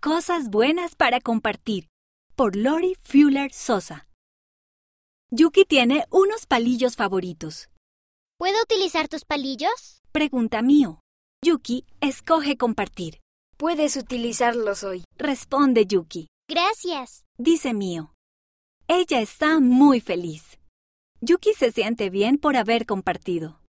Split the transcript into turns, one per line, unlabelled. Cosas buenas para compartir por Lori Fuller Sosa. Yuki tiene unos palillos favoritos.
¿Puedo utilizar tus palillos?
Pregunta mío. Yuki escoge compartir.
Puedes utilizarlos hoy.
Responde Yuki.
Gracias.
Dice mío. Ella está muy feliz. Yuki se siente bien por haber compartido.